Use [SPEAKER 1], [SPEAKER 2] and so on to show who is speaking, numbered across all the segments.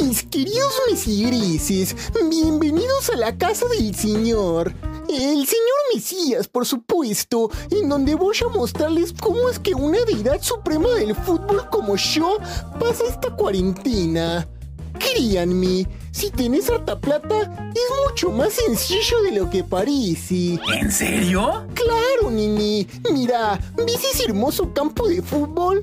[SPEAKER 1] mis queridos mesigrises, bienvenidos a la casa del señor. El señor Mesías, por supuesto, en donde voy a mostrarles cómo es que una deidad suprema del fútbol como yo pasa esta cuarentena. Créanme, si tenés harta plata, es mucho más sencillo de lo que parece.
[SPEAKER 2] ¿En serio?
[SPEAKER 1] Claro, Nini. Mira, ¿ves ese hermoso campo de fútbol?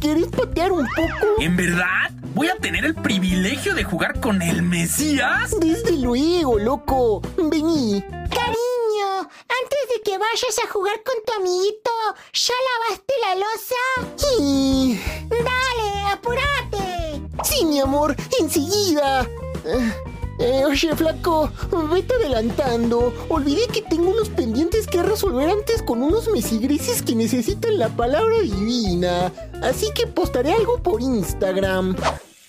[SPEAKER 1] ¿Querés patear un poco?
[SPEAKER 2] ¿En verdad? ¿Voy a tener el privilegio de jugar con el Mesías?
[SPEAKER 1] Desde luego, loco. Vení.
[SPEAKER 3] Cariño, antes de que vayas a jugar con tu amiguito, ¿ya lavaste la losa?
[SPEAKER 1] Y...
[SPEAKER 3] Dale, apúrate.
[SPEAKER 1] Sí, mi amor, enseguida. Eh, eh, oye, flaco, vete adelantando. Olvidé que tengo unos pendientes que resolver antes con unos mesigrises que necesitan la palabra divina. Así que postaré algo por Instagram.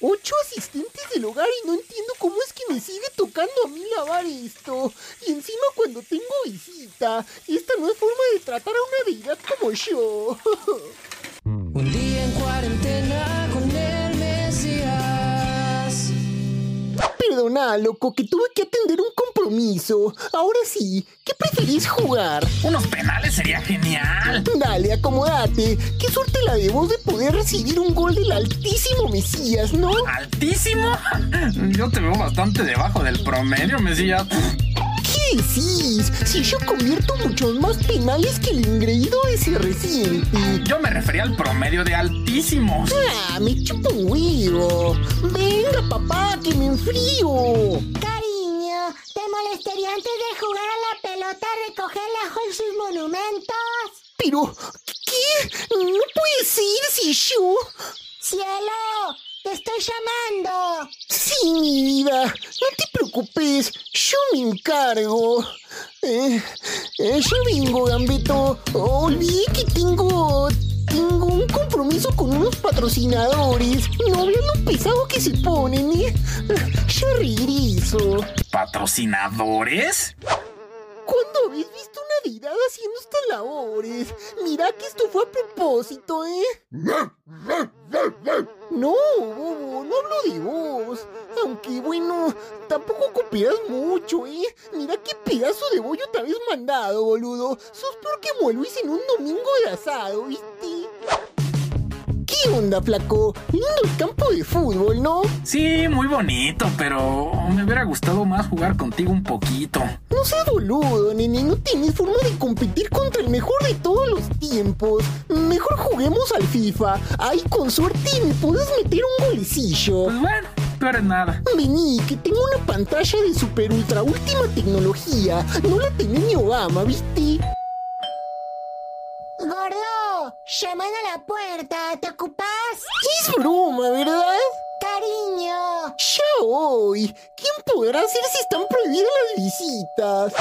[SPEAKER 1] Ocho asistentes del hogar y no entiendo cómo es que me sigue tocando a mí lavar esto. Y encima cuando tengo visita. Esta no es forma de tratar a una deidad como yo.
[SPEAKER 4] Un día en cuarentena con el Mesías.
[SPEAKER 1] Perdona, loco, que tuve que atender un compromiso. Ahora sí, ¿qué preferís jugar?
[SPEAKER 2] Unos penales sería genial.
[SPEAKER 1] Dale, acomodate. Qué suerte la de vos de poder recibir un gol del altísimo Mesías, ¿no?
[SPEAKER 2] ¿Altísimo? Yo te veo bastante debajo del promedio, Mesías.
[SPEAKER 1] ¿Qué decís? Si yo convierto muchos más penales que el ingreído ese reciente.
[SPEAKER 2] Yo me refería al promedio de altísimos.
[SPEAKER 1] Ah, me chupo un huevo. Venga, papá, que me enfrío.
[SPEAKER 3] Cariño, ¿te molestaría antes de jugar a la pelota recoger ajo en sus monumentos?
[SPEAKER 1] Pero, ¿qué? No puede ser si yo...
[SPEAKER 3] ¡Cielo! ¡Te estoy llamando!
[SPEAKER 1] Sí, mi vida, no te preocupes, yo me encargo. Eh, eh, yo vengo, Gambito. Olvidé que tengo. Tengo un compromiso con unos patrocinadores. No vean lo pesado que se ponen, ¿eh? Yo regreso.
[SPEAKER 2] ¿Patrocinadores?
[SPEAKER 1] ¿Cuándo habéis visto una deidad haciendo estas labores? Mirá que esto fue a propósito, ¿eh? No, bobo, no hablo de vos. Aunque bueno, tampoco copias mucho, ¿eh? Mirá qué pedazo de bollo te habéis mandado, boludo. Sos peor que Luis en un domingo de asado, ¿viste? ¿Qué onda, flaco? Lindo el campo de fútbol, ¿no?
[SPEAKER 2] Sí, muy bonito, pero me hubiera gustado más jugar contigo un poquito.
[SPEAKER 1] No seas boludo, nene, no tenés forma de competir contra el mejor de todos los tiempos. Mejor juguemos al FIFA. Ahí con suerte me puedes meter un golecillo.
[SPEAKER 2] Pues bueno, peor es nada.
[SPEAKER 1] Vení, que tengo una pantalla de super ultra última tecnología. No la tenía ni Obama, ¿viste?
[SPEAKER 3] Gordo, Oh, llaman a la puerta, ¿te ocupás?
[SPEAKER 1] Es broma, ¿verdad?
[SPEAKER 3] Cariño,
[SPEAKER 1] Ya hoy. ¿Quién podrá hacer si están prohibidas las visitas?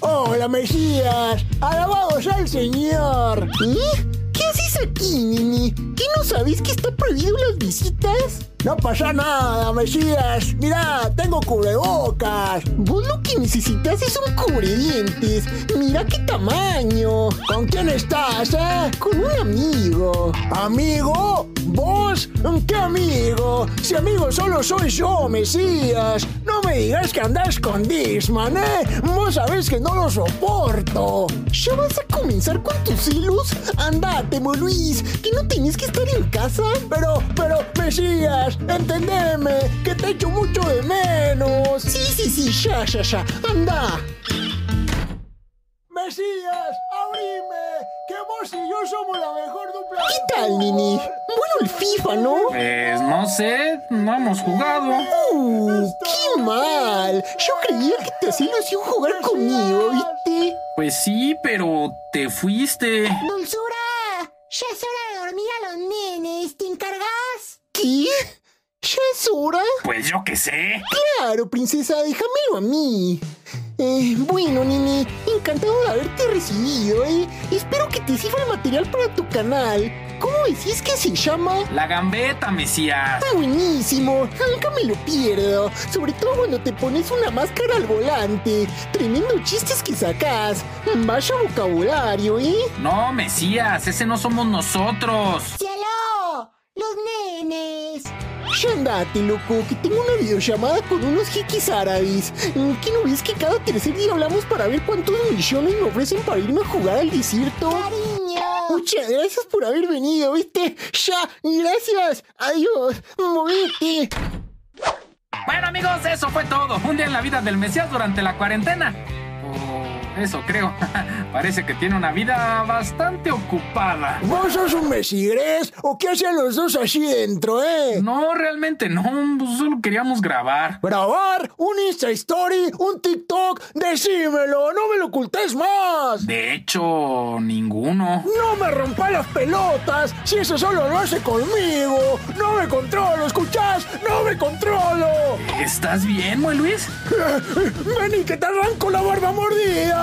[SPEAKER 1] ¡Hola, Mejías! ¡Alabado sea el señor! ¿Eh? ¿Qué haces aquí, Nini? ¿Qué no sabéis que está prohibido las visitas?
[SPEAKER 5] No pasa nada, Mesías. Mirá, tengo cubrebocas.
[SPEAKER 1] Vos lo que necesitas es un cubredientes. Mira qué tamaño.
[SPEAKER 5] ¿Con quién estás, eh?
[SPEAKER 1] Con un amigo.
[SPEAKER 5] ¿Amigo? ¿Vos? ¿Qué amigo? Si amigo solo soy yo, Mesías. No me digas que andás con Disman, ¿eh? Vos sabés que no lo soporto.
[SPEAKER 1] ¿Ya vas a comenzar con tus celos? Andate, Mo Luis, que no tenías que estar en casa.
[SPEAKER 5] Pero, pero, Mesías, entendeme, que te echo mucho de menos.
[SPEAKER 1] Sí, sí, sí, ya, ya, ya. Anda.
[SPEAKER 5] Mesías, abrime, que vos y yo somos la mejor dupla.
[SPEAKER 1] ¿Qué tal, Nini? Bueno, el FIFA, ¿no?
[SPEAKER 2] Pues no sé, no hemos jugado.
[SPEAKER 1] Uh, ¡Qué mal! Yo creía que te hacía ilusión jugar conmigo, ¿viste?
[SPEAKER 2] Pues sí, pero te fuiste.
[SPEAKER 3] dulzura, ya es hora de dormir a los nenes, ¿te encargas?
[SPEAKER 1] ¿Qué? ¿Ya es hora?
[SPEAKER 2] Pues yo qué sé.
[SPEAKER 1] Claro, princesa, déjamelo a mí. Eh, bueno, Nini, encantado de haberte recibido, ¿eh? Espero que te sirva el material para tu canal. ¿Cómo decís que se llama?
[SPEAKER 2] La gambeta, Mesías.
[SPEAKER 1] Está buenísimo, nunca me lo pierdo. Sobre todo cuando te pones una máscara al volante. Tremendo chistes que sacás. Vaya vocabulario, ¿eh?
[SPEAKER 2] No, Mesías, ese no somos nosotros.
[SPEAKER 3] Cielo, los nenes.
[SPEAKER 1] Shandate, loco, que tengo una videollamada con unos jeques árabes. Mm, ¿Qué no ves que cada tercer día hablamos para ver cuántos millones me ofrecen para irme a jugar al desierto?
[SPEAKER 3] Cariño.
[SPEAKER 1] Muchas gracias por haber venido, ¿viste? Ya, gracias. Adiós. Movete.
[SPEAKER 2] Bueno amigos, eso fue todo. Un día en la vida del Mesías durante la cuarentena. O eso creo. Parece que tiene una vida bastante ocupada.
[SPEAKER 5] ¿Vos sos un mesigrés o qué hacen los dos allí dentro, eh?
[SPEAKER 2] No, realmente no. pues, Solo queríamos grabar.
[SPEAKER 5] Grabar un Insta Story, un TikTok, decímelo, no me lo ocultes más.
[SPEAKER 2] De hecho, ninguno.
[SPEAKER 5] No me rompa las pelotas, si eso solo lo hace conmigo. No me controlo, ¿escuchás? No me controlo.
[SPEAKER 2] ¿Estás bien, Moy Luis?
[SPEAKER 5] Ven y que te arranco la barba mordida.